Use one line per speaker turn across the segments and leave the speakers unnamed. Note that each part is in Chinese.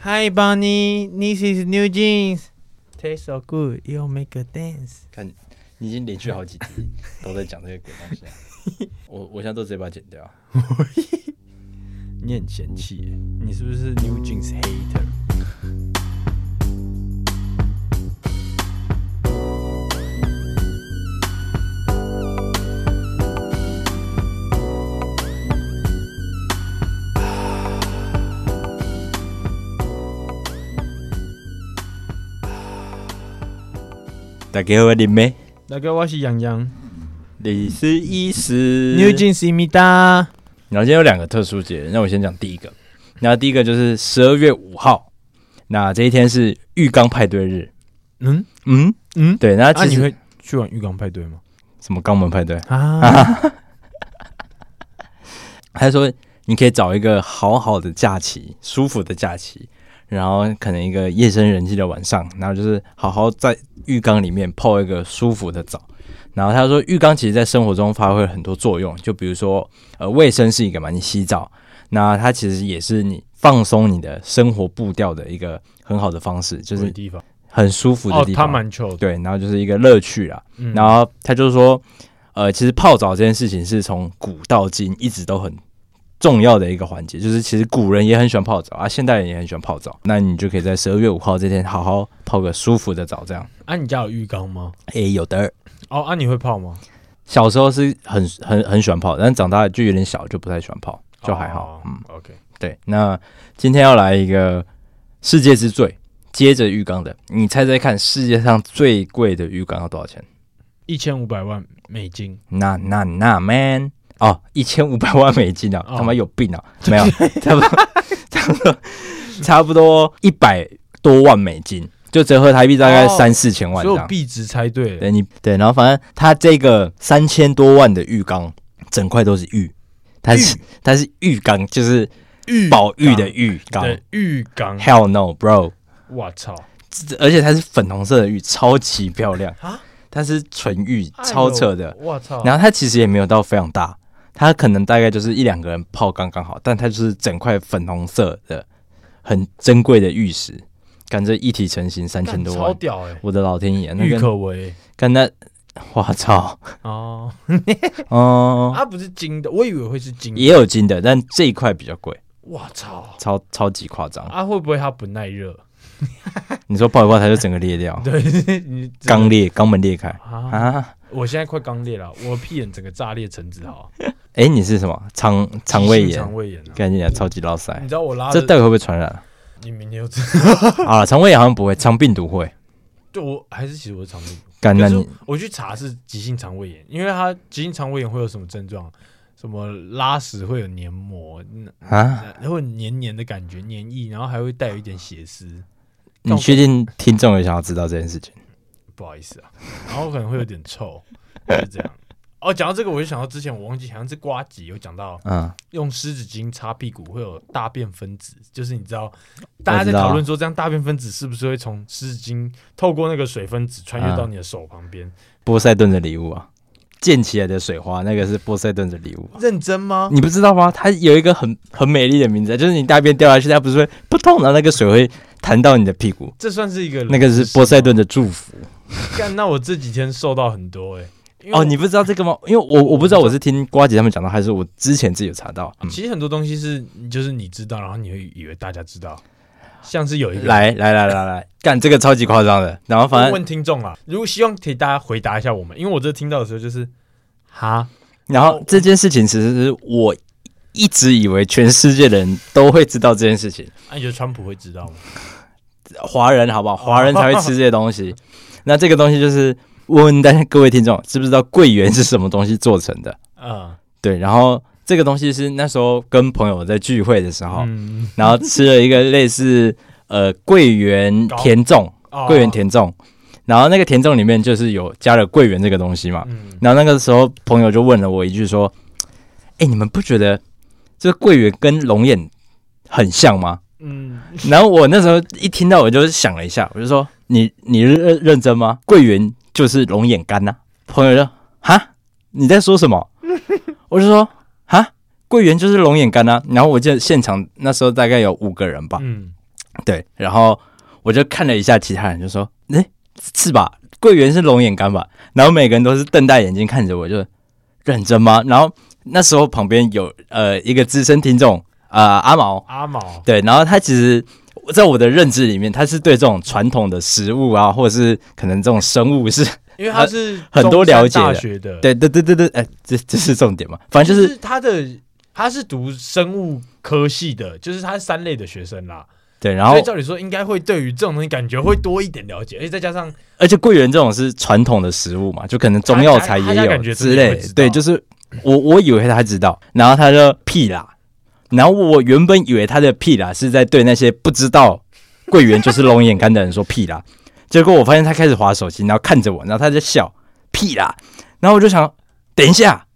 Hi Bonnie, this is New Jeans. Taste so good, you make a dance.
看，你已经连续好几集都在讲这个鬼东西、啊， 我我现在都直接把它剪掉。
你很嫌弃耶，你是不是 New Jeans hater？
大家好，你妹，
大家我是洋洋
你是医师。
，New Jeans 입니다。
然后今天有两个特殊节日，那我先讲第一个。那第一个就是十二月五号，那这一天是浴缸派对日。
嗯
嗯，
嗯，
对，那
啊，
其
你
实、
会去玩浴缸派对吗？
什么肛门派对？
啊，
他说你可以找一个好好的假期，舒服的假期，然后可能一个夜深人静的晚上，然后就是好好在浴缸里面泡一个舒服的澡。然后他说，浴缸其实在生活中发挥了很多作用，就比如说，呃，卫生是一个嘛，你洗澡，那它其实也是你放松你的生活步调的一个很好的方式，就是
地方
很舒服的
哦
地，
他
方。
蛮臭的。
对，然后就是一个乐趣啦。
嗯
然后他就说，呃，其实泡澡这件事情是从古到今一直都很重要的一个环节，就是其实古人也很喜欢泡澡啊，现代人也很喜欢泡澡。那你就可以在十二月五号这天好好泡个舒服的澡，这样。
啊，你家有浴缸吗？
诶，有的，
哦，啊，你会泡吗？
小时候是很很很喜欢泡，但是长大就有点小，就不太喜欢泡，就还好。
哦
嗯，
，OK，
对。那今天要来一个世界之最，接着浴缸的，你猜猜看，世界上最贵的浴缸要多少钱？
一千五百万美金，
那那那 man 哦，一千五百万美金啊，
哦
他妈有 病啊！没有，差不多差不多差不多一百多万美金，就折合台币大概
哦
三四千万
所以
这
我
样。
币值猜对了。
对你对，然后反正它这个三千多万的浴缸，整块都是浴，它是它是浴缸，就是
浴
宝玉的浴缸。
对浴缸，
Hell no, bro！
我操！
这而且它是粉红色的浴，超级漂亮
啊
它是纯浴，超扯的
哎。呦！我操！
然后它其实也没有到非常大，它可能大概就是一两个人泡刚刚好，但它就是整块粉红色的很珍贵的玉石，感觉一体成型三千
干
多
超
万，
屌哎，
我的老天爷，那
郁
个
可唯
跟那，我操，
哦，
哦，
啊它不是金的，我以为会是金的。
也有金的，但这一块比较贵，
我操！
超超级夸张。
啊，会不会它不耐热？
你说泡一泡它就整个裂掉，
对，你真的
肛裂，肛门裂开
啊！
啊！
我现在快肛裂了，我屁眼整个炸裂成子豪，
哎，你是什么肠 肠胃
急性
炎？
肠胃炎嗯啊！
感觉你超级老塞
你，知道我拉
这
的，
到底会不会传 染啊？
你明天就知道。
啊，肠胃炎好像不会，肠病毒会。
就我还是其实我是肠胃炎。
感
可
染
是我去查是急性肠胃炎，因为它急性肠胃炎会有什么症状？什么拉屎会有黏膜，嗯
啊？
然后黏黏的感觉，黏液，然后还会带有一点血丝。
你确定听众也想要知道这件事情？
不好意思啊，然后可能会有点臭， 就是这样。哦，讲到这个，我就想到之前我忘记好像是瓜吉有讲到
嗯，
用湿纸巾擦屁股会有大便分子，就是你知道大家在
我知道
讨论说这样大便分子是不是会从湿纸巾透过那个水分子穿越到你的手旁边？
波塞顿的礼物啊，溅起来的水花，那个是波塞顿的礼物。啊
认真吗？
你不知道吗？它有一个很很美丽的名字，就是你大便掉下去，它不是会扑通，然后那个水会弹到你的屁股，
这算是一啊个
那个是波塞顿的祝福。
干。那我这几天受到很多哎、因为
哦，
我
你不知道这个吗？因为我我不知道我是听瓜姐他们讲到，还是我之前自己有查到。嗯
其实很多东西是就是你知道，然后你会以为大家知道，像是有一个
嗯来来来来来，干这个超级夸张的，然后反
问
正
问听众啦，如果希望可以大家回答一下我们，因为我这听到的时候就是哈，
然后这件事情其实是我一直以为全世界的人都会知道这件事情。
啊那、你觉得川普会知道吗？
华人好不
哦
好？华人才会吃这些东西。 那这个东西就是问问大家各位听众，知不知道桂圆是什么东西做成的？
嗯，
对，然后这个东西是那时候跟朋友在聚会的时候，
嗯，
然后吃了一个类似呃桂圆甜粽，
哦
桂圆，甜粽，然后那个甜粽里面就是有加了桂圆这个东西嘛。
嗯，
然后那个时候朋友就问了我一句说：“哎，你们不觉得这桂圆跟龙眼很像吗？”
嗯，
然后我那时候一听到，我就想了一下，我就说：“你你认认真吗？桂圆就是龙眼干呐、啊朋友就：“哈，你在说什么？”我就说：“啊哈，桂圆就是龙眼干呐、然后我记得现场那时候大概有五个人吧，
嗯，
对，然后我就看了一下其他人，就说：“哎、是吧？桂圆是龙眼干吧？”然后每个人都是瞪大眼睛看着我，就认真吗？然后那时候旁边有呃一个资深听众，呃阿毛，
阿毛，
对，然后他其实在我的认知里面，他是对这种传统的食物啊，或者是可能这种生物是，
因为他是
呃很多
中山
了解
大
的
学的，，
对对对对对，哎、这这是重点嘛？反正
就
就是
是他的他是读生物科系的，就是他是三类的学生啦，
对，然后
所以照理说应该会对于这种东西感觉会多一点了解，而且再加上
而且桂圆这种是传统的食物嘛，就可能中药材也
大家感
有
觉
之类
自己会知道。
对，就是我我以为他知道，然后他就屁啦，然后我原本以为他的屁啦是在对那些不知道桂圆就是龙眼干的人说屁啦，结果我发现他开始划手机，然后看着我，然后他在笑屁啦，然后我就想，等一下，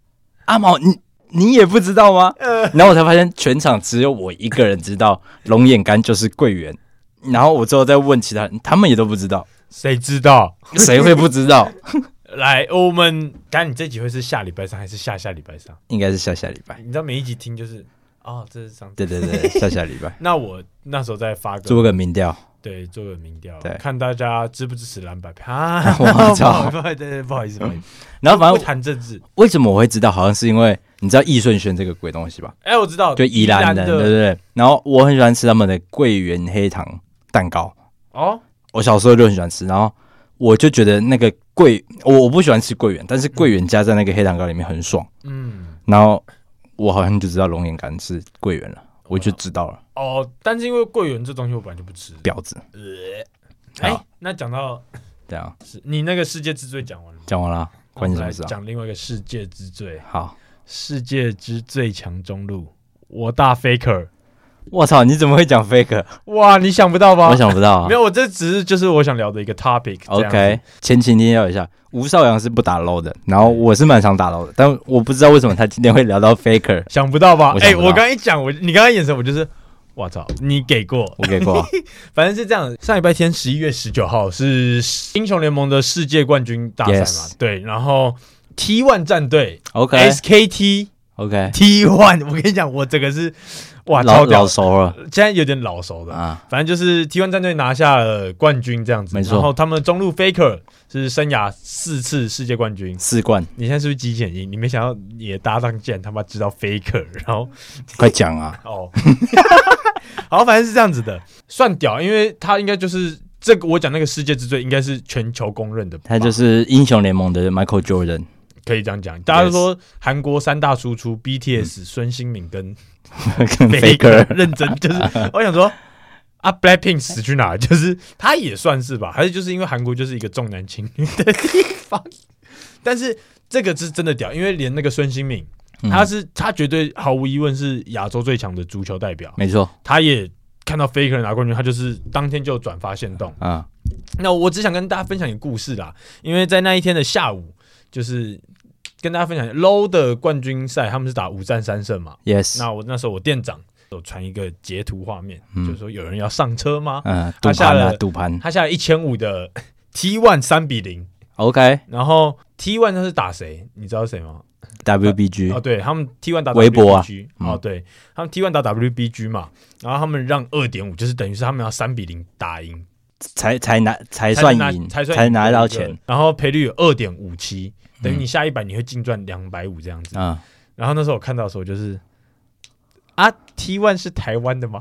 阿毛你你也不知道吗？
呃，
然后我才发现全场只有我一个人知道龙眼干就是桂圆，然后我之后再问其他人，他们也都不知道。
谁知道？
谁会不知道？
来，我们看你这集会是下礼拜三还是下下礼拜三？
应该是下下礼拜。
你知道每一集听就是哦，这是上
对对 对，下下礼拜
那我那时候再发个
做个民调，
对做个民调
对，？
看大家支不支持蓝白票啊
我操
不好意思，对对不好意思，不好意思，
然嗯后反
不
正
谈政治。
为什么我会知道，好像是因为你知道易顺轩这个鬼东西吧？
哎、我知道，
就宜兰人，对不
的
对？然后我很喜欢吃他们的桂圆黑糖蛋糕，
哦，
我小时候就很喜欢吃。然后我就觉得那个桂，我我不喜欢吃桂圆，但是桂圆加在那个黑糖糕里面很爽。
嗯，
然后我好像就知道龙眼干是桂圆了，我就知道了，
哦，但是因为桂圆这东西我本来就不吃。
婊子。
哎、
好
那讲到
这样
是你那个世界之最讲完了吗，
讲完了，关你
我们
什么
来
事啊？
讲另外一个世界之最，
好，
世界之最强中路，我大 faker，
我操，你怎么会讲 fake？
哇，你想不到吧？
我想不到啊
没。有，我这只是就是我想聊的一个 topic 这样子。
OK，前情提要一下，吴少阳是不打 low 的，然后我是蛮常打 low 的，但我不知道为什么他今天会聊到 faker，
想不到吧？
我
哎、
想不到
我刚一讲，我你刚刚眼神，我就是，我操，你给过。
我给 过啊，
反正是这样，上礼拜天十一月十九号是英雄联盟的世界冠军大赛嘛
Yes
对，然后 T One 战队
OK
SKT
OK，
T One，我跟你讲，我这个是哇
老
超屌
老，熟了
现在有点老熟的。
啊，
反正就是 T One 战队拿下了冠军这样子，
没错
然后他们的中路 Faker 是生涯四次世界冠军，
四冠，
你现在是不是极简音？你没想到你的搭档竟然他妈知道 Faker，然后
快讲啊，
哦，好，反正是这样子的，算屌，因为他应该就是这个我讲那个世界之最，应该是全球公认的吧，
他就是英雄联盟的 Michael Jordan，
可以这样讲。大家都说韩国三大输出 BTS、孙兴敏跟
跟
Faker，
faker，
认真就是，我想说。啊，Blackpink 死去哪？就是他也算是吧，还是就是因为韩国就是一个重男轻女的地方。 但是这个是真的屌，因为连那个孙兴敏，
嗯
他是他绝对毫无疑问是亚洲最强的足球代表。
没错
他也看到 Faker 拿冠军，他就是当天就转发现动。
啊，
那我只想跟大家分享一个故事啦，因为在那一天的下午，就是跟大家分享 Low 的冠军赛，他们是打五战三胜嘛。
，Yes，
那我那时候我店长有传一个截图画面，
嗯
就是说有人要上车吗？
嗯，赌
他下
盘啊，
了
赌盘
他下了一千五的 T One 三比零，然后 T One 他是打谁？你知道谁吗？哦，
，OK，WBG，
对他们 T one 打
微博啊
WBG
嗯
哦，对他们 T one 打 WBG 嘛，然后他们让二点五，就是等于是他们要三比零打赢，
才才拿才
才
算
拿
赢，
才算
才
赢
拿到
对
钱，，嗯
然后赔率有二点五七，等于你下一百你会净赚两百五这样子。
啊，
然后那时候我看到的时候就是，啊，T one 是台湾的吗？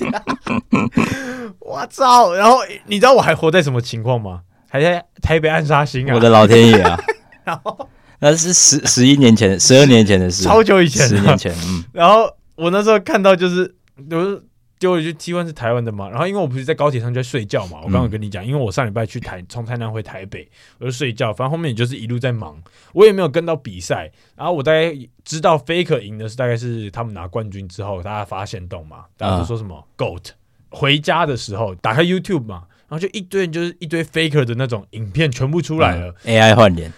我操！然后你知道我还活在什么情况吗？还在台北暗杀星啊！
我的老天爷 啊，
然后
那是十十一年前、十二年前的事，
超久以前
十
了
年前，嗯。
然后我那时候看到就是，我就就我就 T one 是台湾的嘛，然后因为我不是在高铁上就在睡觉嘛，我刚刚有跟你讲，因为我上礼拜去台从台南回台北，我就睡觉，反正后面也就是一路在忙，我也没有跟到比赛，然后我大概知道 Faker 赢的是大概是他们拿冠军之后，大家发现动嘛，大家都说什么、Goat，回家的时候打开 YouTube 嘛。然后就一堆人，就是一堆 faker 的那种影片全部出来了。
嗯，AI 换脸，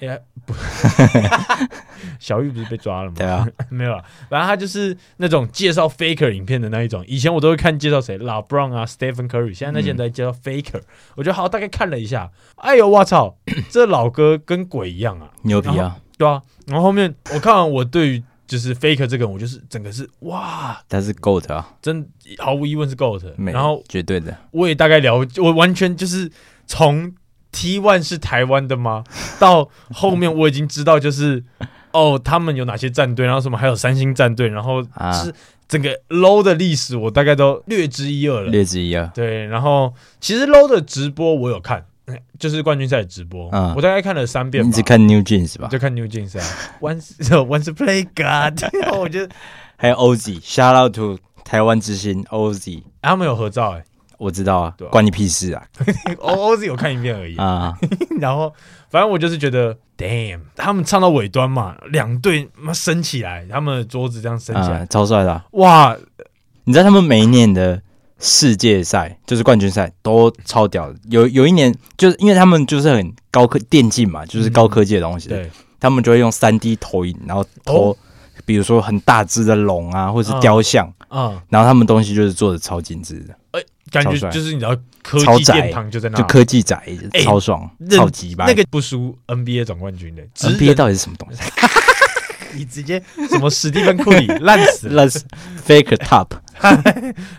哎、呀，不， 小玉不是被抓了吗？
对啊，
没有啦，反正他就是那种介绍 faker 影片的那一种。以前我都会看介绍谁，La b r o n 啊，Stephen Curry，现在那些人都在介绍 faker，、我觉得好大概看了一下，哎呦我操，这老哥跟鬼一样啊！
牛逼啊！
对啊，然后后面我看完我对于就是 Faker 这个人，我就是整个是哇，
他是 GOAT 啊，
真毫无疑问是 GOAT。
没
然后
绝对的，
我也大概了，我完全就是从 T One 是台湾的 吗？到后面我已经知道，就是哦，他们有哪些战队，然后什么还有三星战队，然后
啊
是整个 low 的历史，我大概都略知一二了。
略知一二。
对，然后其实 low 的直播我有看，就是冠军赛的直播，
嗯
我大概看了三遍吧。
你只看 New Jeans 吧，
就看 New Jeans 啊，Once Once Play God，然后我觉得
还有 OZ，Shout out to 台湾之星 OZ，
他们有合照哎、
我知道啊
对啊，
关你屁事啊
欸，我我只有看一遍而已。
啊！
然后反正我就是觉得，damn，他们唱到尾端嘛，两队妈升起来，他们的桌子这样升起来，
啊，超帅的啊！
哇，
你知道他们每一年的世界赛，就是冠军赛，都超屌的。有有一年，就是因为他们就是很高科电竞嘛，就是高科技的东西，
嗯对，哦
他们就会用三 D 投影，然后投，比如说很大只的龙啊，或是
嗯
雕像，
嗯，哎
然后他们东西就是做的超精致的，
感觉
超帅
就是你知道科
超
技
宅
殿堂就在那，
就科技宅，
啊哎
超爽，
那
超级吧。
那个不输 NBA 总冠军的，直
NBA 到底是什么东 西？
你直接什么史蒂芬库里 烂死了
那是 Faker Top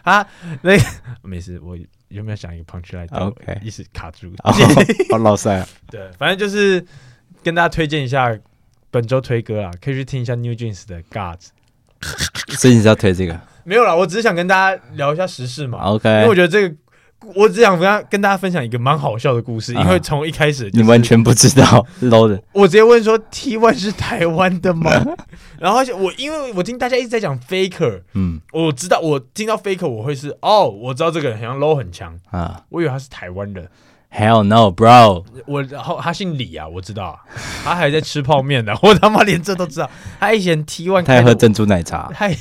啊，那 个没事，我有没有想一个 punch line？但我
啊 OK
一时卡住，
哦，好老帅啊！
对，反正就是跟大家推荐一下本周推歌啊，可以去听一下 New Jeans 的 Gods。
所以你是要推这个
没有啦，我只是想跟大家聊一下时事嘛，
？OK，
因为我觉得这个，我只想跟大跟大家分享一个蛮好笑的故事，
啊
因为从一开始、
你完，全不知道 low 的
我直接问说 T One 是台湾的吗？ 然后而且我因为我听大家一直在讲 Faker，
嗯
我知道我听到 Faker 我会是哦，我知道这个人好像 low 很强，
啊
我以为他是台湾人，
，Hell no bro，
我然后他姓李啊，我知道啊，他还在吃泡面呢， 我他妈连这都知道，他以前 T One
他
开
还
的
喝珍珠奶茶，
太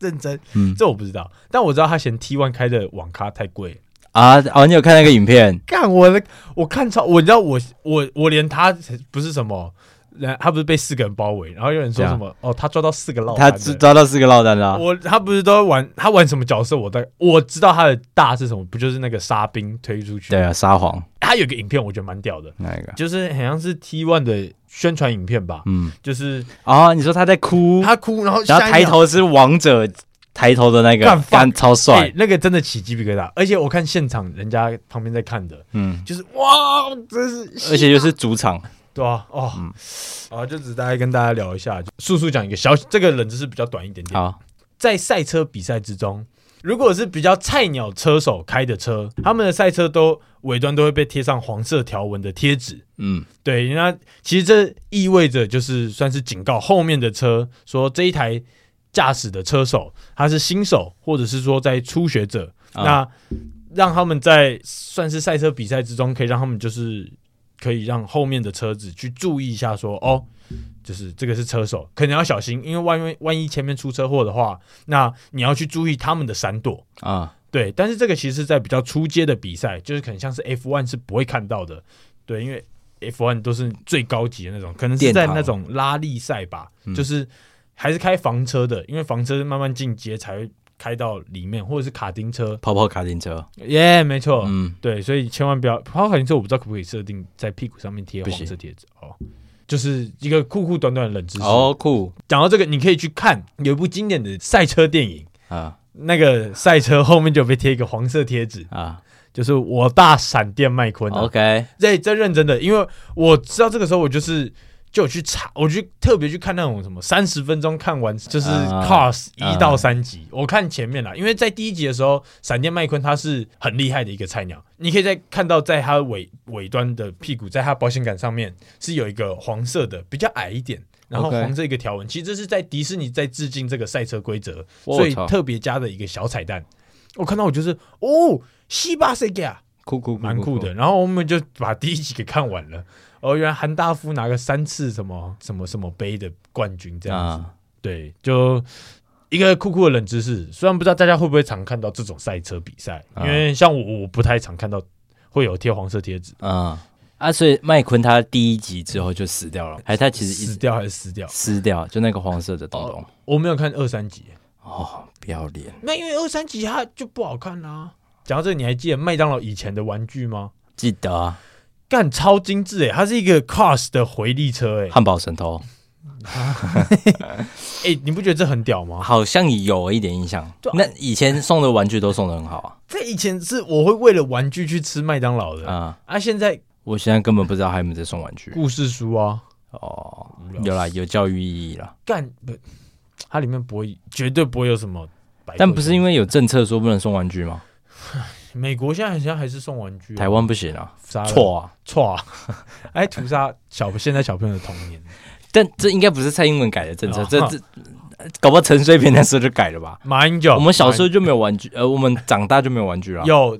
认真，
嗯
这我不知道，但我知道他嫌 T One 开的网咖太贵。
啊哦，你有看那个影片？
干我的，我看超，我你知道我我我连他不是什么，然他不是被四个人包围，然后有人说
对啊
什么、哦，他抓到四个老
他
知
抓
道
抓到四个落单了，
我他不是都玩他玩什么角色？我大概我知道他的大是什么，不就是那个沙冰推出去？
对啊，沙皇
他有一个影片我觉得蛮屌的，
那一个，
就是好像是 T One 的宣传影片吧，
嗯，
就是
哦，你说他在哭，
他哭，然后
然后
下一
抬
秒
头是王者抬头的那个
干，
干
欸
超帅，
那个真的起鸡皮疙瘩。而且我看现场人家旁边在看的，
嗯，
就是哇，真是
而且又是主场，
对啊，哦，啊，就只大概跟大家聊一下，就速速讲一个小，这个冷知识比较短一点点。
好，
在赛车比赛之中，如果是比较菜鸟车手开的车，他们的赛车都尾端都会被贴上黄色条纹的贴纸。
嗯，
对，那其实这意味着就是算是警告后面的车，说这一台驾驶的车手他是新手，或者是说在初学者，
啊
那让他们在算是赛车比赛之中，可以让他们就是可以让后面的车子去注意一下说哦。就是这个是车手，可能要小心，因为万一万一前面出车祸的话，那你要去注意他们的闪躲。
啊，
对，但是这个其实是在比较初阶的比赛，就是可能像是 F1 是不会看到的，对，因为 F1 都是最高级的那种，可能是
殿
在
堂
那种拉力赛吧，
嗯
就是还是开房车的，因为房车慢慢进阶才会开到里面，或者是卡丁车，
泡泡卡丁车，
耶、没错，
嗯，
对，所以千万不要跑卡丁车，我不知道可不可以设定在屁股上面贴
不
黄
行
色贴纸哦。就是一个酷酷短短的冷知识。
哦酷
讲到这个，你可以去看有一部经典的赛车电影，
啊
那个赛车后面就有被贴一个黄色贴纸，
啊
就是我大闪电麦昆、啊。
，OK，
这真认真的，因为我知道这个时候我就是就有去查，我去特别去看那种什么三十分钟看完就是
啊
Cars
啊
一到三集，我看前面啦，因为在第一集的时候，闪电麦昆他是很厉害的一个菜鸟，你可以在看到在他尾尾端的屁股，在他保险杆上面是有一个黄色的，比较矮一点。然后
OK
黄色一个条纹其实这是在迪士尼在致敬这个赛车规则，
我
所以
操
特别加的一个小彩蛋。我看到我就是哦，西巴塞给啊，
酷酷
蛮酷的。，然后我们就把第一集给看完了。哦，原来韩大夫拿个三次什么什么什么杯的冠军这样子。
啊，
对，就一个酷酷的冷知识。虽然不知道大家会不会常看到这种赛车比赛，
啊
因为像我我不太常看到会有贴黄色贴纸，
啊啊！所以麦昆他第一集之后就死掉了，还哎是他其实一
死
直
掉还是撕掉。
撕掉，就那个黄色的东东。
我没有看二三集，
哦，不要脸！
那因为二三集它就不好看啦、讲到这，你还记得麦当劳以前的玩具吗？
记得啊，
欸干超精致诶、它是一个 Cars 的回力车诶、欸
汉堡神偷
哎、你不觉得这很屌吗？
好像有一点印象
对。
那以前送的玩具都送的很好
在以前是我会为了玩具去吃麦当劳
啊
的
啊！
啊，现在
我现在根本不知道还有没有在送玩具
故事书啊，
哦
无聊，
有啦，有教育意义啦。
干不，它里面不会绝对不会有什么白色的东西。
但哎不是因为有政策说不能送玩具吗？
美国现在好像还是送玩具、啊，
台湾不行啊，
杀人
错啊！
错啊， 还屠杀小现在小朋友的童年。
但这应该不是蔡英文改的政策，
哦
这这搞不好陈水扁那时候就改了吧？
马英九，
我们小时
候
候就没有玩具，呃，我们长大就没有玩具了。
哦有，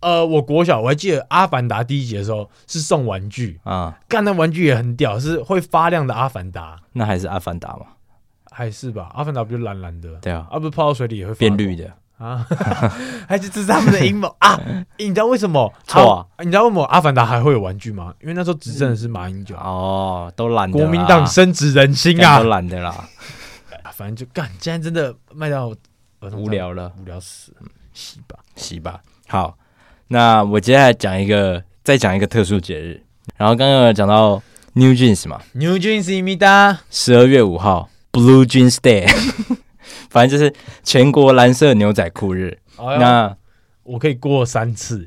呃，我国小我还记得《阿凡达》第一集的时候是送玩具，
啊，
干那玩具也很屌，是会发亮的阿凡达，
那还是阿凡达嘛？
还是吧？阿凡达不就蓝蓝的，
对啊，
啊，不是泡到水里也会发
变
光
绿的，
啊？还是这是他们的阴 谋啊？你知道为什么？
错
啊！你知道为什么阿凡达还会有玩具吗？因为那时候执政的是马英九，
哦，都懒得啦
国民党深植人心啊
都！懒得啦，
啊反正就干，现在真的卖到呃
无，聊了，
无聊死了，洗吧。
洗吧。好，那我接下来讲一个，再讲一个特殊节日。然后刚刚有讲到 New Jeans 嘛，
New Jeans 伊米达，
十二月五号 Blue Jeans Day，反正就是全国蓝色牛仔裤日。
那
那
哎 我可以过三次，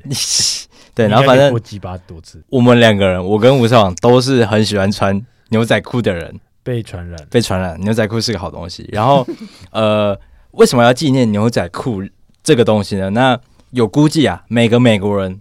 对，
你
然后
应该可
反
以
正
过鸡巴多次
我们两个人，我跟吴少朗都是很喜欢穿牛仔裤的人，
被传染。
被传染牛仔裤是个好东西。然后呃，为什么要纪念牛仔裤这个东西呢？那有估计啊，每个美国人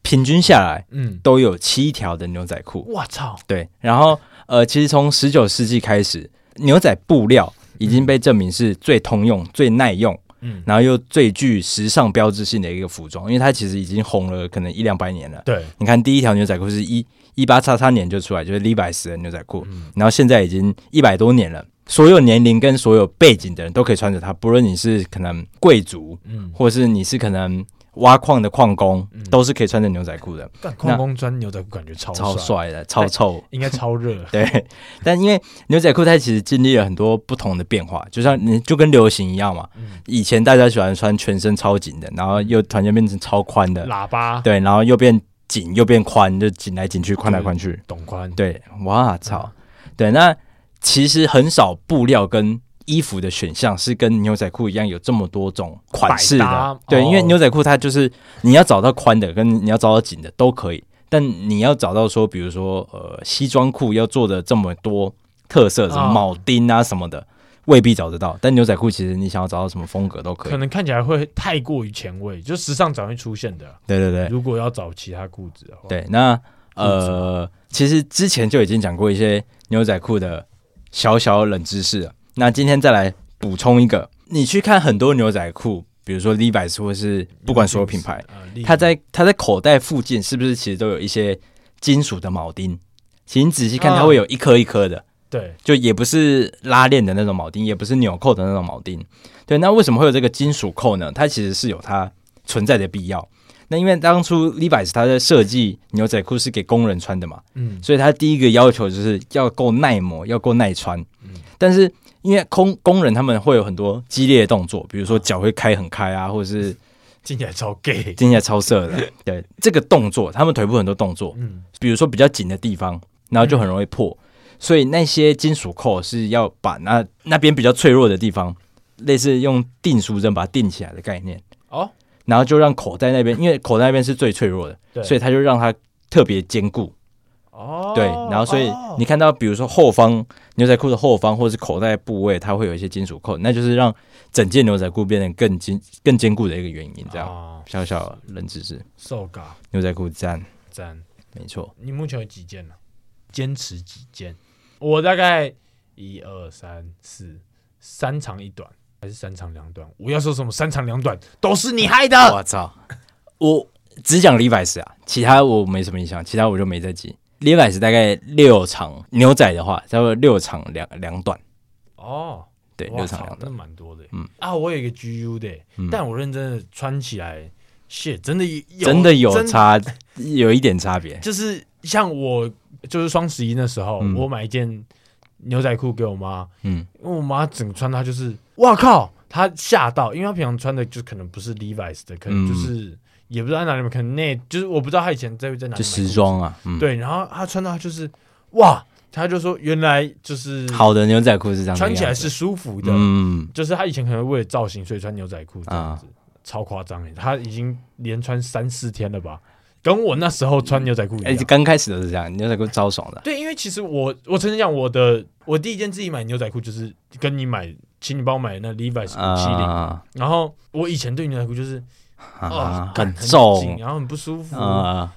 平均下来
嗯，
都有七条的牛仔裤。
我操，
对，然后呃，其实从十九世纪开始，牛仔布料已经被证明是最通用、最耐用，
嗯，
然后又最具时尚标志性的一个服装，因为它其实已经红了可能一两百年了。
对，
你看，第一条牛仔裤是一一八叉叉年就出来，就是 Levi's 的牛仔裤，
嗯
然后现在已经一百多年了，所有年龄跟所有背景的人都可以穿着它，不论你是可能贵族，
嗯，
或是你是可能挖矿的矿工
嗯，
都是可以穿着牛仔裤的，
干矿工穿牛仔裤感觉超
超
帅，
帅的，超臭。
应该超热。
对，但因为牛仔裤它其实经历了很多不同的变化，就像你就跟流行一样嘛，
嗯，
以前大家喜欢穿全身超紧的，然后又突然间变成超宽的，
喇叭，
对，然后又变紧又变宽，就紧来紧去，宽来宽去，
董宽，
对，哇操，
嗯
对，那其实很少布料跟衣服的选项是跟牛仔裤一样有这么多种款式
百搭
的，对，因为
哦
牛仔裤它就是你要找到宽的跟你要找到紧的都可以，但你要找到说，比如说呃西装裤要做的这么多特色，什么
哦
铆钉啊什么的。未必找得到，但牛仔裤其实你想要找到什么风格都可以
可。能看起来会太过于前卫，就时尚早会出现的。啊
对对对，
如果要找其他裤子的话，，
对，那
裤子
呃，其实之前就已经讲过一些牛仔裤的小小冷知识了。那今天再来补充一个，你去看很多牛仔裤，比如说 Levi's 或是不管所有品牌，
呃，
它在它在口袋附近是不是其实都有一些金属的铆钉？其实你仔细看，
啊
它会有一颗一颗的，
对，
就也不是拉链的那种铆钉，也不是纽扣的那种铆钉。对，那为什么会有这个金属扣呢？它其实是有它存在的必要。那因为当初 Levi's 它在设计牛仔裤是给工人穿的嘛，
嗯，
所以它第一个要求就是要够耐磨，要够耐穿
嗯。
但是因为工工人他们会有很多激烈的动作，比如说脚会开很开啊，或者是
听起来超 gay，
听起来超色的。对，这个动作他们腿部很多动作，
嗯，
比如说比较紧的地方，然后就很容易破。所以那些金属扣是要把那那边比较脆弱的地方，类似用定书针把它定起来的概念，
哦，
然后就让口袋那边，因为口袋那边是最脆弱
对
的，所以它就让它特别坚固。
哦，
对，然后所以
哦
你看到，比如说后方牛仔裤的后方或者是口袋部位，它会有一些金属扣，那就是让整件牛仔裤变得更坚更坚固的一个原因。这样
哦
小小的冷知识，
瘦嘎
牛仔裤赞，
赞。
没错。
你目前有几件呢、坚持几件？我大概一二三四，三长一短，还是三长两短？我要说什么三长两短都是你害的。
我操！我只讲 Levi's 啊，其他我没什么印象，其他我就没在记。Levi's 大概六场牛仔的话，差不多六场两两短，
哦，
对，
我
六场
操
两，
那
短。
蛮多的。嗯
嗯
啊，我有一个 GU 的，但我认真的穿起来，shit，真的有
真的有
真
差，有一点差别。
就是像我，就是双十一那时候，
嗯
我买一件牛仔裤给我妈，
嗯，
因为我妈整个穿她就是，哇靠，她吓到，因为她平常穿的就可能不是 Levi's 的，可能
嗯
就是、也不知道在哪里买，可能那就是我不知道她以前在在哪里买
就时
裤子，
装啊，嗯，
对，然后她穿到她就是哇，他就说原来就是
好的牛仔裤是这样的
穿起来
样子
是舒服的，
嗯，
就是他以前可能为了造型所以穿牛仔裤这样子，
啊
超夸张哎，他已经连穿三四天了吧，跟我那时候穿牛仔裤一
哎、
样。
刚开始都是这样，牛仔裤超爽的，
对，因为其实我我曾经讲我的我第一件自己买牛仔裤就是跟你买，请你帮我买那 Levi's 五七零，
啊
然后我以前对牛仔裤就是
啊
哦，干
很
紧
重
然后很不舒服，
啊，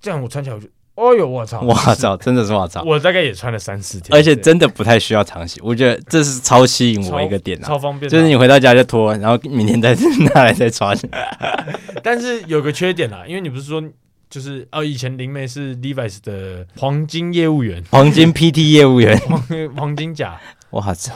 这样我穿起来我就，哦呦我操，
我
就是
啊操，真的是我操，
我大概也穿了三四天，
而且真的不太需要常洗，我觉得这是超吸引
超
我一个点啊，
超方便的
就
啊，
是你回到家就脱，然后明天再拿来再穿，
但是有个缺点啊啦，因为你不是说就是哦，以前灵媒是 Levi's 的黄金业务员，
黄金 PT 业务 员，
黄黄金甲，
我操，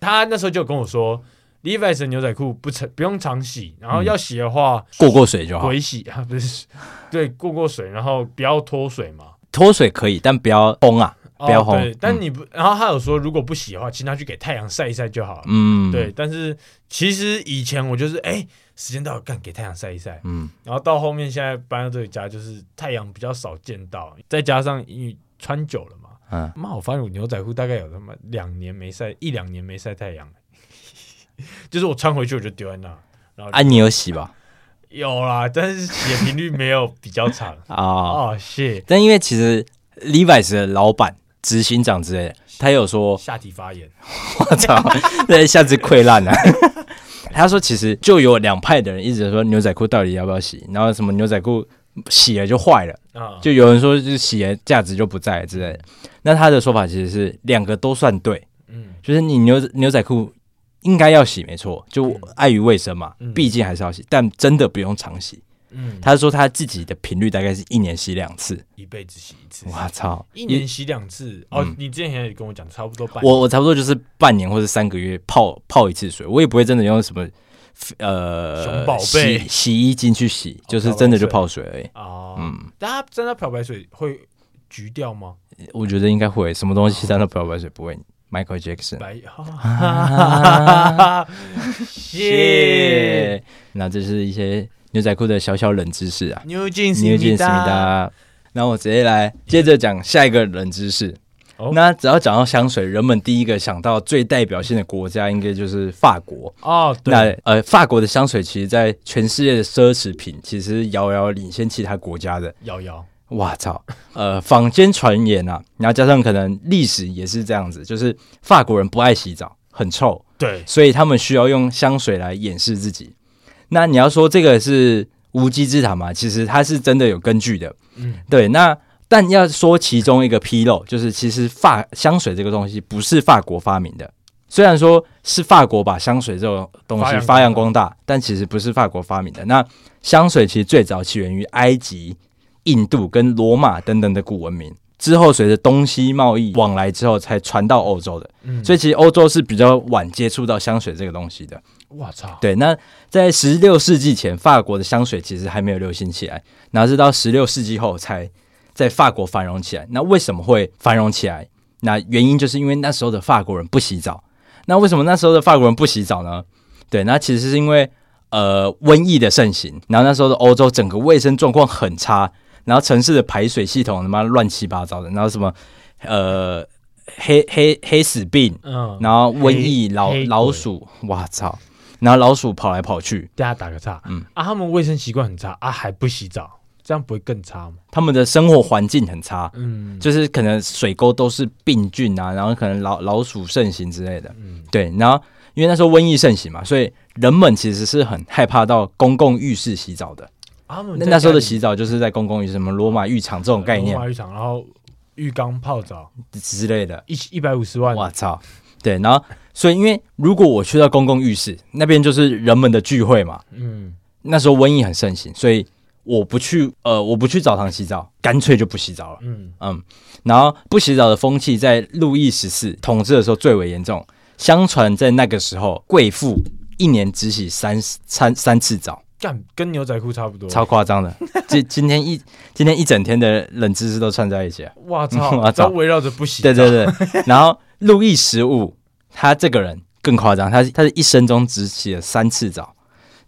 他那时候就有跟我说，Levi's 的牛仔裤不常不用常洗，然后要洗的话
过过水就好，
鬼洗 啊，不是对过过水，然后不要脱水嘛。
脱水可以，但不要崩啊，
哦
不要烘
对，但你不，然后他有说，如果不洗的话，请他去给太阳晒一晒就好了。
嗯，
对，，但是其实以前我就是，哎、时间到了，干给太阳晒一晒。
嗯，
然后到后面现在搬到这里家，就是太阳比较少见到，再加上因为穿久了嘛，
嗯，
妈，我发现我牛仔裤大概有他妈两年没晒，一两年没晒太阳， 就是我穿回去我就丢在那，然后
啊，你有洗吧？。
有啦，但是洗的频率没有比较长
啊，
哦，谢，
但因为其实 Levi's 的老板、执行长之类的，他有说，
下体发炎，
我 操，那一下子溃烂了。 他说，其实就有两派的人一直说牛仔裤到底要不要洗，然后什么牛仔裤洗了就坏了，
啊，
就有人说就是洗了价值就不在了之类的。那他的说法其实是两个都算对，
嗯
就是你牛牛仔裤应该要洗，没错，就碍于卫生嘛
嗯，
毕竟还是要洗，但真的不用常洗。
嗯，
他说他自己的频率大概是一年洗两次。
一辈子洗一次，
我操，
一年洗两次。哦
嗯，
你之前也跟我讲，差不多半年。
我我差不多就是半年或者三个月泡泡一次水，我也不会真的用什么呃
熊宝贝
洗洗衣精去洗，
哦
就是真的就泡水而已。
啊，
嗯，
但它真的漂白水会橘掉吗？
我觉得应该会，什么东西沾到漂白水不会？Michael Jackson，
白，哈哈哈 哈谢。
耶！那这是一些牛仔裤的小小冷知识啊，
牛津斯
你有
密
见思密
达，
达。那我直接来接着讲下一个冷知识。
哦
那只要讲到香水，人们第一个想到最代表性的国家应该就是法国。
哦，
那
对，
呃，法国的香水其实，在全世界的奢侈品其实遥遥领先其他国家的。
瑶瑶，
哇操！呃，坊间传言啊，然后加上可能历史也是这样子，就是法国人不爱洗澡，很臭，
对，
所以他们需要用香水来掩饰自己。那你要说这个是无稽之谈嘛？其实它是真的有根据的。
嗯，
对，那但要说其中一个纰漏，就是其实法香水这个东西不是法国发明的，虽然说是法国把香水这种东
发
西
扬
发扬光大，但其实不是法国发明的。那香水其实最早起源于埃及、印度跟罗马等等的古文明。之后，随着东西贸易往来之后，才传到欧洲的，
嗯
所以其实欧洲是比较晚接触到香水这个东西的。
我操，
对，那在十六世纪前，法国的香水其实还没有流行起来，然后是到十六世纪后才在法国繁荣起来。那为什么会繁荣起来？那原因就是因为那时候的法国人不洗澡。那为什么那时候的法国人不洗澡呢？对，那其实是因为呃瘟疫的盛行，然后那时候的欧洲整个卫生状况很差，然后城市的排水系统他妈乱七八糟的，然后什么呃黑黑黑死病，
嗯，
然后瘟疫、
黑
老
黑鬼
老鼠，哇操！然后老鼠跑来跑去，
大家打个岔，
嗯
啊，他们卫生习惯很差啊，还不洗澡，这样不会更差吗？
他们的生活环境很差，
嗯，
就是可能水沟都是病菌啊，然后可能老老鼠盛行之类的。
嗯
对，然后因为那时候瘟疫盛行嘛，所以人们其实是很害怕到公共浴室洗澡的。
啊他们
那
在
那时候的
家里
洗澡就是在公共浴室，什么罗马浴场这种概念
罗马浴场，然后浴缸泡澡，
之类的。
一一百五十万，
我操！对，然后所以因为如果我去到公共浴室那边就是人们的聚会嘛，
嗯，
那时候瘟疫很盛行，所以我不去呃我不去澡堂洗澡，干脆就不洗澡了。
嗯
嗯，然后不洗澡的风气在路易十四统治的时候最为严重。相传在那个时候，贵妇一年只洗三三三次澡，
干跟牛仔裤差不多，
超夸张的。今今天一今天一整天的冷知识都串在一起了。
我操，
哇操
都围绕着不洗澡，
对对对，然后路易十五他这个人更夸张，他他是一生中只洗了三次澡，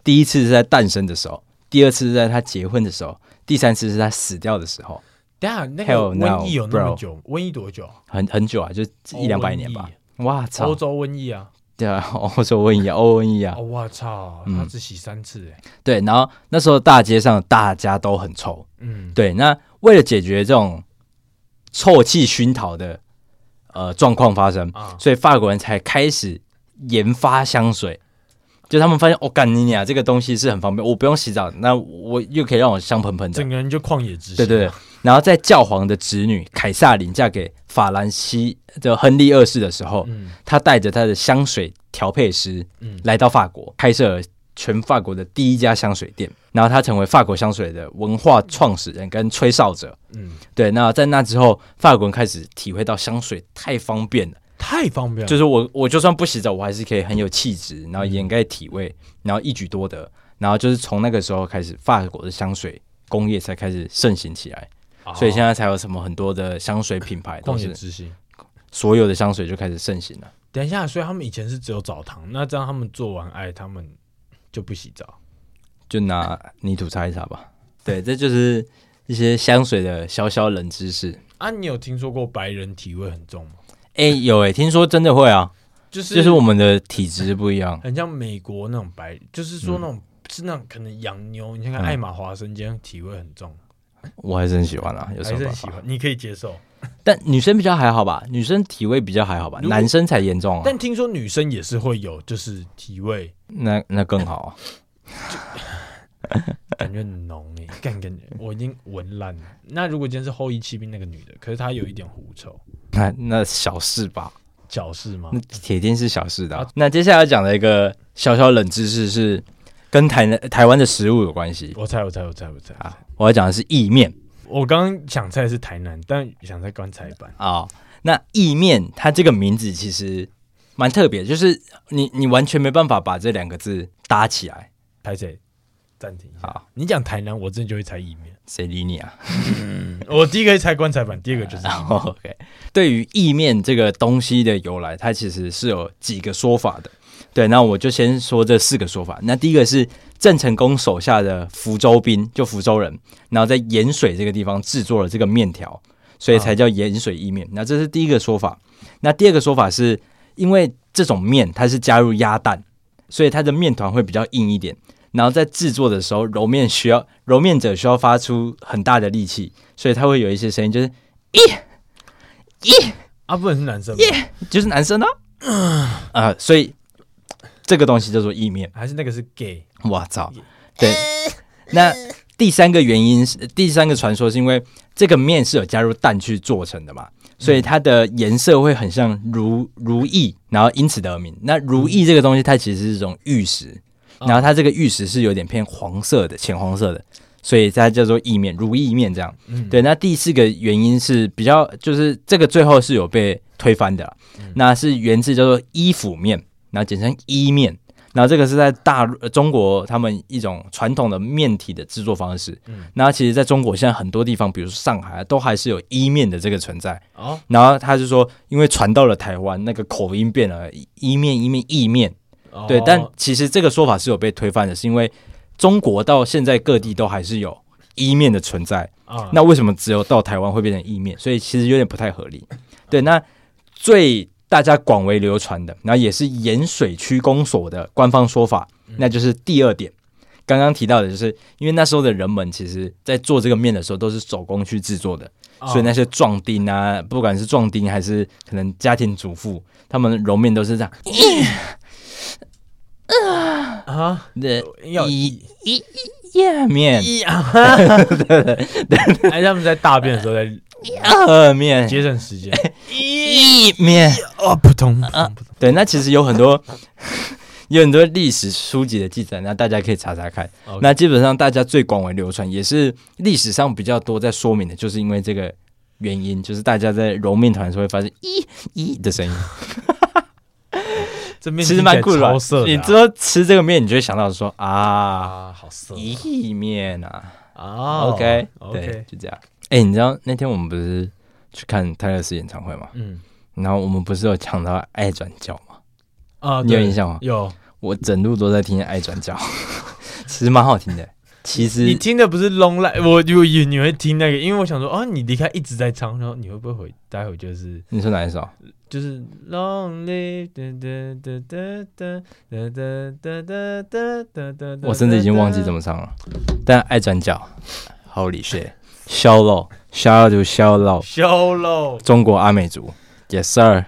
第一次是在诞生的时候，第二次是在他结婚的时候，第三次是他死掉的时候。
等一下那
Hell
个
no,
瘟疫有那么
bro
久？瘟疫多久啊？
很很久啊，就一两百年吧。哇
欧
操！
洲瘟疫啊！
对啊， 欧洲瘟疫啊，欧瘟疫啊
哦，，我操！
嗯
他只洗三次哎。
对。然后那时候大街上大家都很臭，
嗯，
对。那为了解决这种臭气熏陶的呃状况发生，
啊
所以法国人才开始研发香水。就他们发现，哦，干你娘，这个东西是很方便，我不用洗澡，那我又可以让我香喷喷的
整。个人就旷野之心。
对对对，然后在教皇的侄女凯撒琳嫁给法兰西的亨利二世的时候，
嗯
她带着她的香水调配师
嗯
来到法国，开设了全法国的第一家香水店。然后她成为法国香水的文化创始人跟吹哨者。
嗯，
对，那在那之后，法国人开始体会到香水太方便了，
嗯太方便了。
就是我我就算不洗澡，我还是可以很有气质，然后
嗯
掩盖体味，然后一举多得。然后就是从那个时候开始，法国的香水工业才开始盛行起来。
啊
所以现在才有什么很多的香水品牌都
旷野
是
之心。
所有的香水就开始盛行了。
等一下，所以他们以前是只有澡堂，那这样他们做完爱，他们就不洗澡。
就拿泥土擦一擦 吧。对，这就是一些香水的小小冷知识。
啊，你有听说过白人体味很重吗？
哎、有哎、听说真的会啊，
就是
就是我们的体质不一样。
很像美国那种白，就是说那种、是那种可能养牛，你看看
嗯
艾玛华生今天体味很重，
我还是很喜欢啊，有
还
什么
是
办
很喜
法？
欢，你可以接受。
但女生比较还好吧，女生体味比较还好吧，
如果
男生才严重啊。
但听说女生也是会有，就是体味
那那更好啊。
感觉很浓诶、欸，干感觉我已经闻烂了。那如果今天是后羿骑兵那个女的，可是她有一点狐臭，
那那小事吧，
矫饰吗
那？铁定是小事的啊、那接下来要讲的一个小小冷知识是跟台南台湾的食物有关系。
我猜，我猜，我猜，我猜。
啊，我要讲的是意面
我刚刚想猜的是台南，但想猜棺材板。
啊、那意面它这个名字其实蛮特别，就是你你完全没办法把这两个字搭起来
拍谁？暂停一下。
啊，
你讲台南，我真的就会猜意面。
谁理你啊、
我第一个会猜棺材板，第二个就是意面
o k 对于意面这个东西的由来，它其实是有几个说法的。对，那我就先说这四个说法。那第一个是郑成功手下的福州兵，就福州人，然后在盐水这个地方制作了这个面条，所以才叫盐水意面。那这是第一个说法。那第二个说法是因为这种面它是加入鸭蛋，所以它的面团会比较硬一点。然后在制作的时候，揉面需要揉面者需要发出很大的力气，所以它会有一些声音，就是
啊，不能是男生吗
就是男生呢、啊，呃，所以这个东西叫做意面。
还是那个是 gay？
我操，对。那第三个原因是，第三个传说是因为这个面是有加入蛋去做成的嘛，所以它的颜色会很像如如意，然后因此得名。那如意这个东西，它其实是一种玉石，
嗯
然后它这个玉石是有点偏黄色的，浅黄色的，所以它叫做意面，如意面这样。
嗯，
对，那第四个原因是比较，就是这个最后是有被推翻的啦，
嗯
那是源自叫做衣服面，然后简称衣面，然后这个是在大陆、呃中国他们一种传统的面体的制作方式。
嗯
那其实在中国现在很多地方，比如说上海啊，都还是有衣面的这个存在。
哦，
然后他就说，因为传到了台湾，那个口音变了，衣面、衣面、意面。
哦
对，但其实这个说法是有被推翻的，是因为中国到现在各地都还是有衣面的存在。
啊，
那为什么只有到台湾会变成意面？所以其实有点不太合理。对，那最大家广为流传的，然后也是盐水区公所的官方说法，
嗯
那就是第二点。刚刚提到的就是，因为那时候的人们其实在做这个面的时候都是手工去制作的，
啊
所以那些壮丁啊，不管是壮丁还是可能家庭主妇，他们揉面都是这样，
啊，
呃，
要
一一一面，
一啊，哎，他们在大便的时候在
二面，
节省 时间。
哎
一
一面。
哦，扑通啊，扑通
对，那其实有很多 有很多历史书籍的记载，那大家可以查查看。
OK
那基本上大家最广为流传，也是历史上比较多在说明的，就是因为这个原因，就是大家在揉面团的时候会发现“ 咦咦”的声音，
这面
其实蛮酷
听起
的
来
吧。
超色的啊。
你之后吃这个面，你就会想到说啊，
啊，好色
意面啊、
啊
o k 对
OK，，
就这样。哎、你知道那天我们不是去看泰勒斯演唱会吗？
嗯
然后我们不是有讲到爱转角吗？
啊，
你有
对
印象吗
有
我整路都在听《爱转角》，其实蛮好听的。其
你
实
听的不是 long life，我以为你会听那个，因为我想说，哦，你离开一直在唱，然后你会不会回？待会就是
你说哪一首？
就是 long live，哒哒哒哒哒哒哒哒哒哒哒，
我甚至已经忘记怎么唱了，但爱转角，Holy shit，肖肉，肖肉就肖肉，
修喽，
中国阿美族，Yes sir，？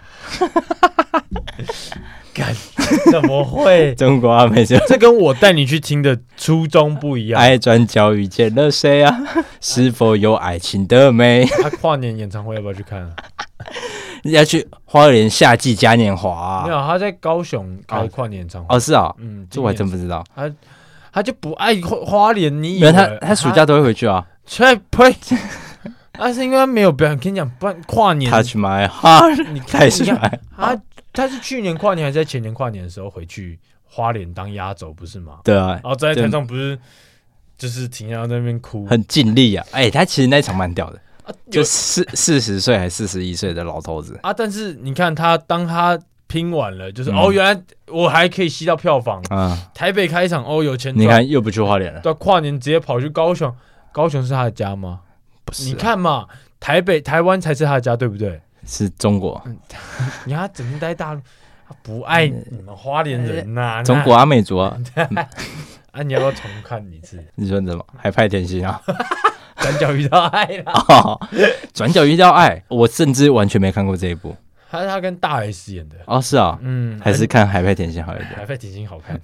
怎么会
中国阿美族。
这跟我带你去听的初衷不一样。
爱转角遇见了谁啊？是否有爱情的美？
他跨年演唱会要不要去看啊？
要去花莲夏季嘉年华啊、
没有，他在高雄开跨年演唱会。
哦，是啊、
嗯，
这我还
今
真
年
不知道。
他就不爱花花莲，你以
因为
为
他他暑假都会回去啊。
吹呸？ 那是因为他没有表演。跟你讲，不然跨啊年
Touch my heart，
你
太
你
帅
看他他是去年跨年还是在前年跨年的时候回去花莲当压轴，不是吗？
对啊
然，后站在
对
台上不是就是停在那边哭，
很尽力啊。哎、他其实那一场蛮屌的，
啊
就
有
四四十岁还四十一岁的老头子，
啊！但是你看他，当他拼完了，就是、
嗯
哦，原来我还可以吸到票房。
啊、
台北开场哦，有钱
你
赚，
看又不去花莲了，
对，跨年直接跑去高雄，高雄是他的家吗？
不是啊、
你看嘛，台北、台湾才是他的家，对不对？
是中国，
你看他整天待大陆，他不爱你们花莲人呐、那
哎中国阿美族啊，
啊，你要不要重看一 次？
你说怎么海派甜心啊？
转角遇到爱啦，
哦转角遇到爱，我甚至完全没看过这一部
他他跟大 S 演的，
哦，是啊，
嗯，
还是看海派甜心好一
很
点。
还费挺心好 看，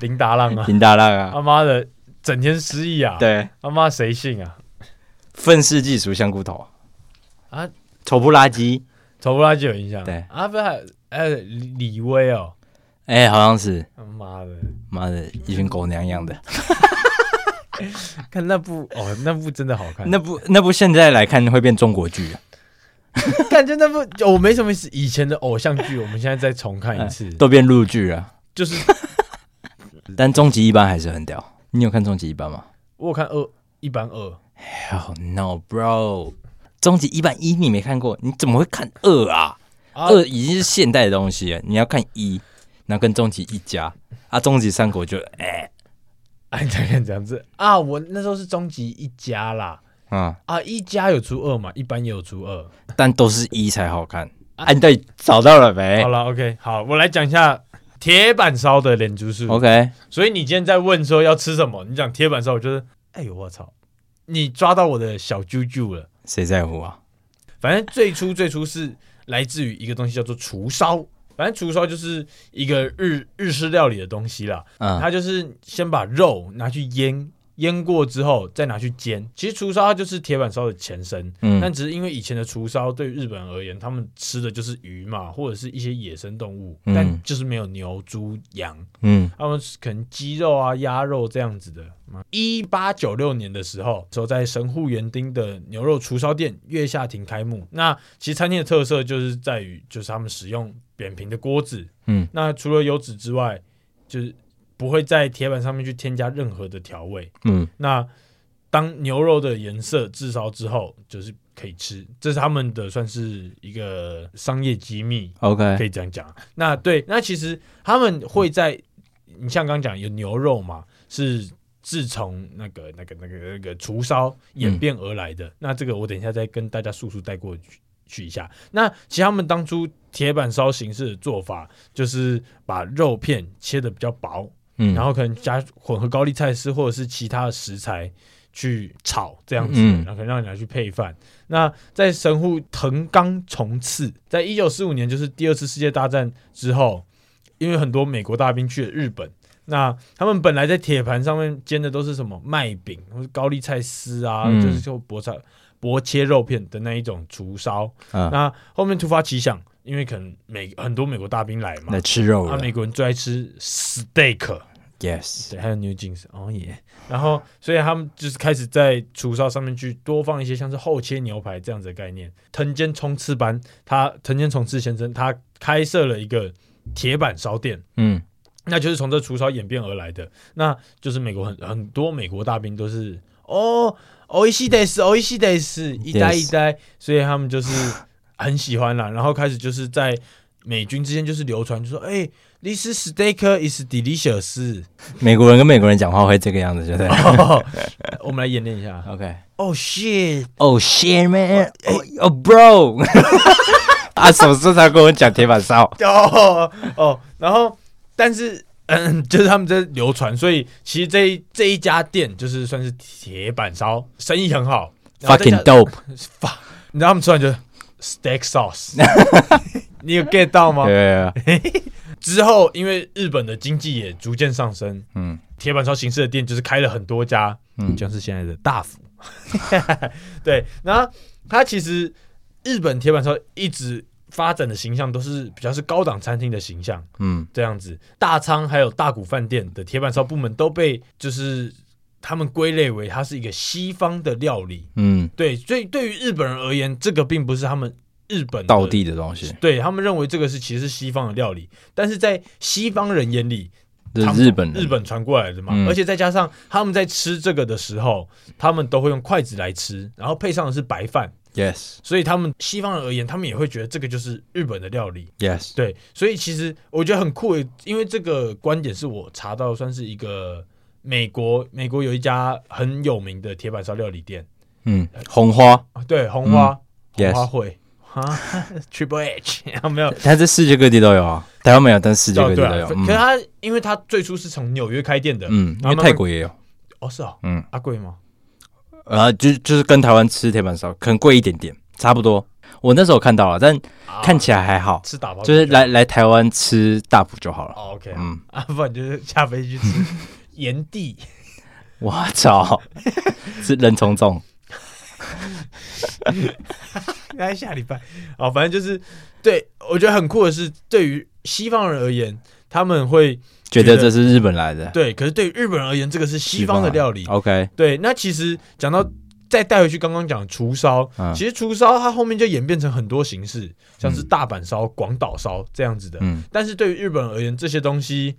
林达浪啊，
林达拉啊，
他妈的整天失忆啊，
对，
他妈谁信啊？
愤世嫉俗香菇头
啊，
丑不拉几，
丑不拉几有印象，
对
啊，不是还有呃李李威哦，
哎，好像是，
他妈的，
妈的，一群狗娘养的。
看那部哦，那部真的好看，
那部那部现在来看会变中国剧啊，
感觉那部哦我、没什么意思，以前的偶像剧，我们现在再重看一次，
哎都变陆剧了，
就是
但终极一班还是很屌。你有看终极一班吗
我有看二一般二，
？Hell no, bro！终极一班一你没看过，你怎么会看二啊？
啊
二已经是现代的东西了，你要看一，然后跟终极一家啊，终极三国就哎、
啊，你再看这样子啊，我那时候是终极一家啦。
嗯，
啊，一家有出二嘛，一般也有出二。
但都是一才好看。啊，你到底找到了没
好了，OK，好，我来讲一下铁板烧的连珠树。
？OK，
所以你今天在问说要吃什么，你讲铁板烧，我就是，哎呦我操，你抓到我的小啾啾了。
谁在乎啊？
反正最初最初是来自于一个东西叫做厨烧，反正厨烧就是一个日日式料理的东西啦。
嗯，
它就是先把肉拿去腌，腌过之后再拿去煎。其实厨烧它就是铁板烧的前身，
嗯
但只是因为以前的厨烧对日本人而言，他们吃的就是鱼嘛，或者是一些野生动物，
嗯
但就是没有牛、猪、羊，
嗯，
他们可能鸡肉啊、鸭肉这样子的。一八九六年的时候，时候在神户园丁的牛肉厨烧店月下亭开幕。那其实餐厅的特色就是在于，就是他们使用扁平的锅子，
嗯，
那除了油脂之外，就是不会在铁板上面去添加任何的调味。
嗯，
那当牛肉的颜色炙烧之后，就是可以吃，这是他们的算是一个商业机密。可
OK，
以这样讲。那对，那其实他们会在你像刚刚讲有牛肉嘛，是自从那个那个那个那个厨烧演变而来的。那这个我等一下再跟大家速速带过去去一下。那其实他们当初铁板烧形式的做法，就是把肉片切的比较薄，
嗯，
然后可能加混合高丽菜丝或者是其他的食材去炒这样子，
嗯
然后可能让你拿去配饭。那在神户藤冈重次，在一九四五年就是第二次世界大战之后，因为很多美国大兵去了日本。那他们本来在铁盘上面煎的都是什么麦饼或者高丽菜丝啊，
嗯
就是就薄菜薄切肉片的那一种厨烧。
嗯
那后面突发奇想，因为可能美很多美国大兵来嘛
来，吃肉
啊，
了
美国人最爱吃 steak，
，Yes，
对，还有 New Jeans，哦耶。然后，所以他们就是开始在厨烧上面去多放一些像是厚切牛排这样子的概念。藤间冲次班，他藤间冲次先生，他开设了一个铁板烧店，
嗯
那就是从这厨烧演变而来的。那就是美国很很多美国大兵都是哦，おいしいです，おいしいです，一代一代，所以他们就是很喜欢啦。然后开始就是在美军之间就是流传，就说哎、 This steak is delicious 。
美国人跟美国人讲话会这个样子，对不 对
我们来演练一下。
？OK。
Oh shit！
Oh shit, man! Oh, oh bro! 啊，什么时候才跟我讲铁板烧？
哦哦，然后但是嗯，就是他们在流传，所以其实这一这一家店就是算是铁板烧，生意很好。然后再加
Fucking dope！
fuck，你知道他们突然就 steak sauce，你有 get 到吗？
对，
之后因为日本的经济也逐渐上升，
嗯，
铁板烧形式的店就是开了很多家，
嗯
像是现在的大福， 对，然后它其实日本铁板烧一直发展的形象都是比较是高档餐厅的形象，
嗯，
这样子，大仓还有大谷饭店的铁板烧部门都被就是他们归类为它是一个西方的料理，
嗯，
对，所以对于日本人而言，这个并不是他们日本的
道地的东西，
对他们认为这个是其实是西方的料理，但是在西方人眼里，
这
他
是
们
日本人，
日本传过来的嘛，
嗯
而且再加上他们在吃这个的时候，他们都会用筷子来吃，然后配上的是白饭，
，yes
所以他们西方人而言，他们也会觉得这个就是日本的料理。
yes，
对，所以其实我觉得很酷耶，因为这个观点是我查到算是一个美国，美国有一家很有名的铁板烧料理店，
嗯，红花
啊对，红
嗯
花、
，yes，
红花会。啊 ，Triple H 啊，没有，
它在世界各地都有啊，台湾没有，但世界各
哦
地
对
都
啊，
有，
可
嗯
是他因为他最初是从纽约开店的，
嗯，嗯，因
然后
为
慢慢
泰国也有，
哦是哦，
嗯，
阿贵吗？
呃，就就是跟台湾吃铁板烧可能贵一点点，差不多。我那时候看到了，但
啊
看起来还好，
吃打包
就是
就好
来来台湾吃大补就好了。
哦 OK
嗯，
啊，不然就是下飞机去吃炎 帝，
我 操，是人从众。
应该下礼拜哦，反正就是对我觉得很酷的是，对于西方人而言，他们会
觉得这是日本来的，
对，可是对于日本人而言，这个是西方的
啊
料理。
OK，
对，那其实讲到再带回去刚刚讲的厨烧，
嗯
其实厨烧它后面就演变成很多形式，像是大阪烧、广岛烧这样子的。
嗯
但是对于日本人而言，这些东西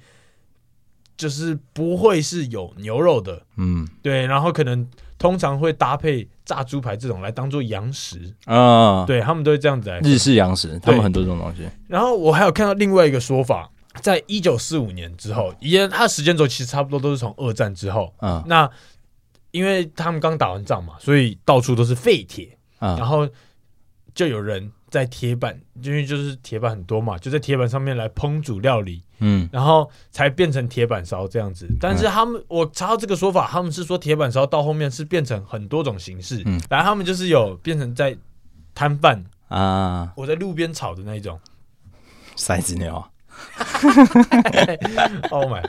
就是不会是有牛肉的，
嗯
对，然后可能通常会搭配炸猪排这种来当做洋食，
啊，
对他们都会这样子来。
日式洋食，他们很多这种东西。
然后我还有看到另外一个说法，在一九四五年之后，一样它的时间轴其实差不多都是从二战之后，
嗯
那因为他们刚打完仗嘛，所以到处都是废铁，然
嗯
后就有人在铁板，因为就是铁板很多嘛，就在铁板上面来烹煮料理，
嗯
然后才变成铁板烧这样子。但是他们，我查到这个说法，他们是说铁板烧到后面是变成很多种形式，
嗯
然后他们就是有变成在摊贩，
啊，
我在路边炒的那一种。
塞子牛，
oh my，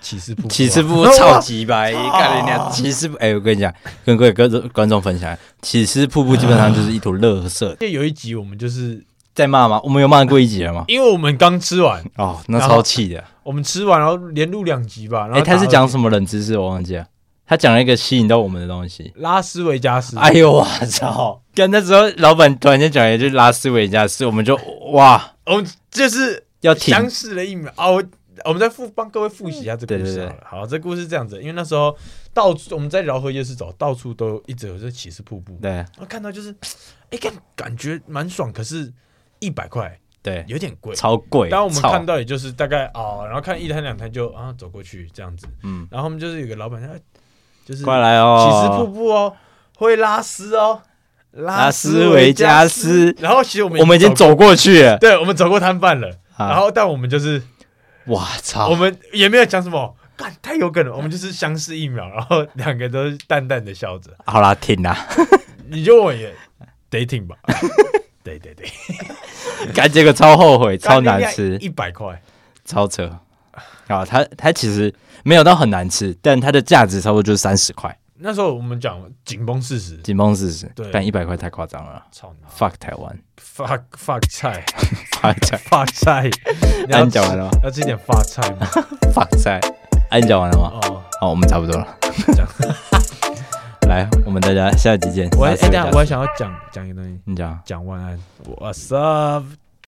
起司铺，
起司部超级白，看人家起司部，哎，我跟你讲，跟各位各位观众分享，起司瀑布基本上就是一坨垃圾。
有一集我们就是，
在骂吗？我们有骂过一集了吗？
因为我们刚吃完，
哦，那超气的。
我们吃完，然后连录两集吧。然后
哎，他是
打
讲什么冷知识？我忘记了。他讲了一个吸引到我们的东 西。
拉斯维加斯，
哎呦，我操！跟那时候老板突然间讲一句拉斯维加斯，我们就哇
我们就是
要停
相似了一秒啊！我我们再复帮各位复习一下这故
对
事
对
好
对
了。好，这故事是这样子，因为那时候到处我们在饶河夜市走，到处都有一直有这起司瀑布，
对
然后看到就是，哎，看感觉蛮爽，可是一百块
对，
有点贵。
超贵。
当我们
操
看到也就是大概哦，然后看一摊两摊就啊走过去这样子，
嗯，
然后我们就是有个老板，他就是
快来哦，
起司瀑布哦，会拉丝哦，拉
斯维加斯
然后其实我们
我们已经
走过，
走过去了。
对我们走过摊贩了。
啊
然后，但我们就是，
哇
我
操，
们也没有讲什么，干太有梗了。我们就是相视一秒，然后两个都是淡淡的笑着。
好啦，停啦，
你就我也 dating 吧，对对对，
干这个超后悔，超难吃，
一百块，
超扯。啊，它它其实没有到很难吃，但它的价值差不多就是三十块，
那时候我们讲紧绷四十，
紧绷四十
对，
但一百块太夸张了。
操你妈
fuck 台湾
fuck fuck 菜
，fuck 菜，
fuck 菜，你要
按讲完了吗
要吃点 fuck 菜 吗？
，fuck 菜，按啊讲完了吗？
哦，
好，我们差不多了，
这样。
来，我们大家下集见。
我还
拉斯
哎，等
维
一
加
下
斯
我还想要讲讲一个东西，
你讲
讲晚安，What's up？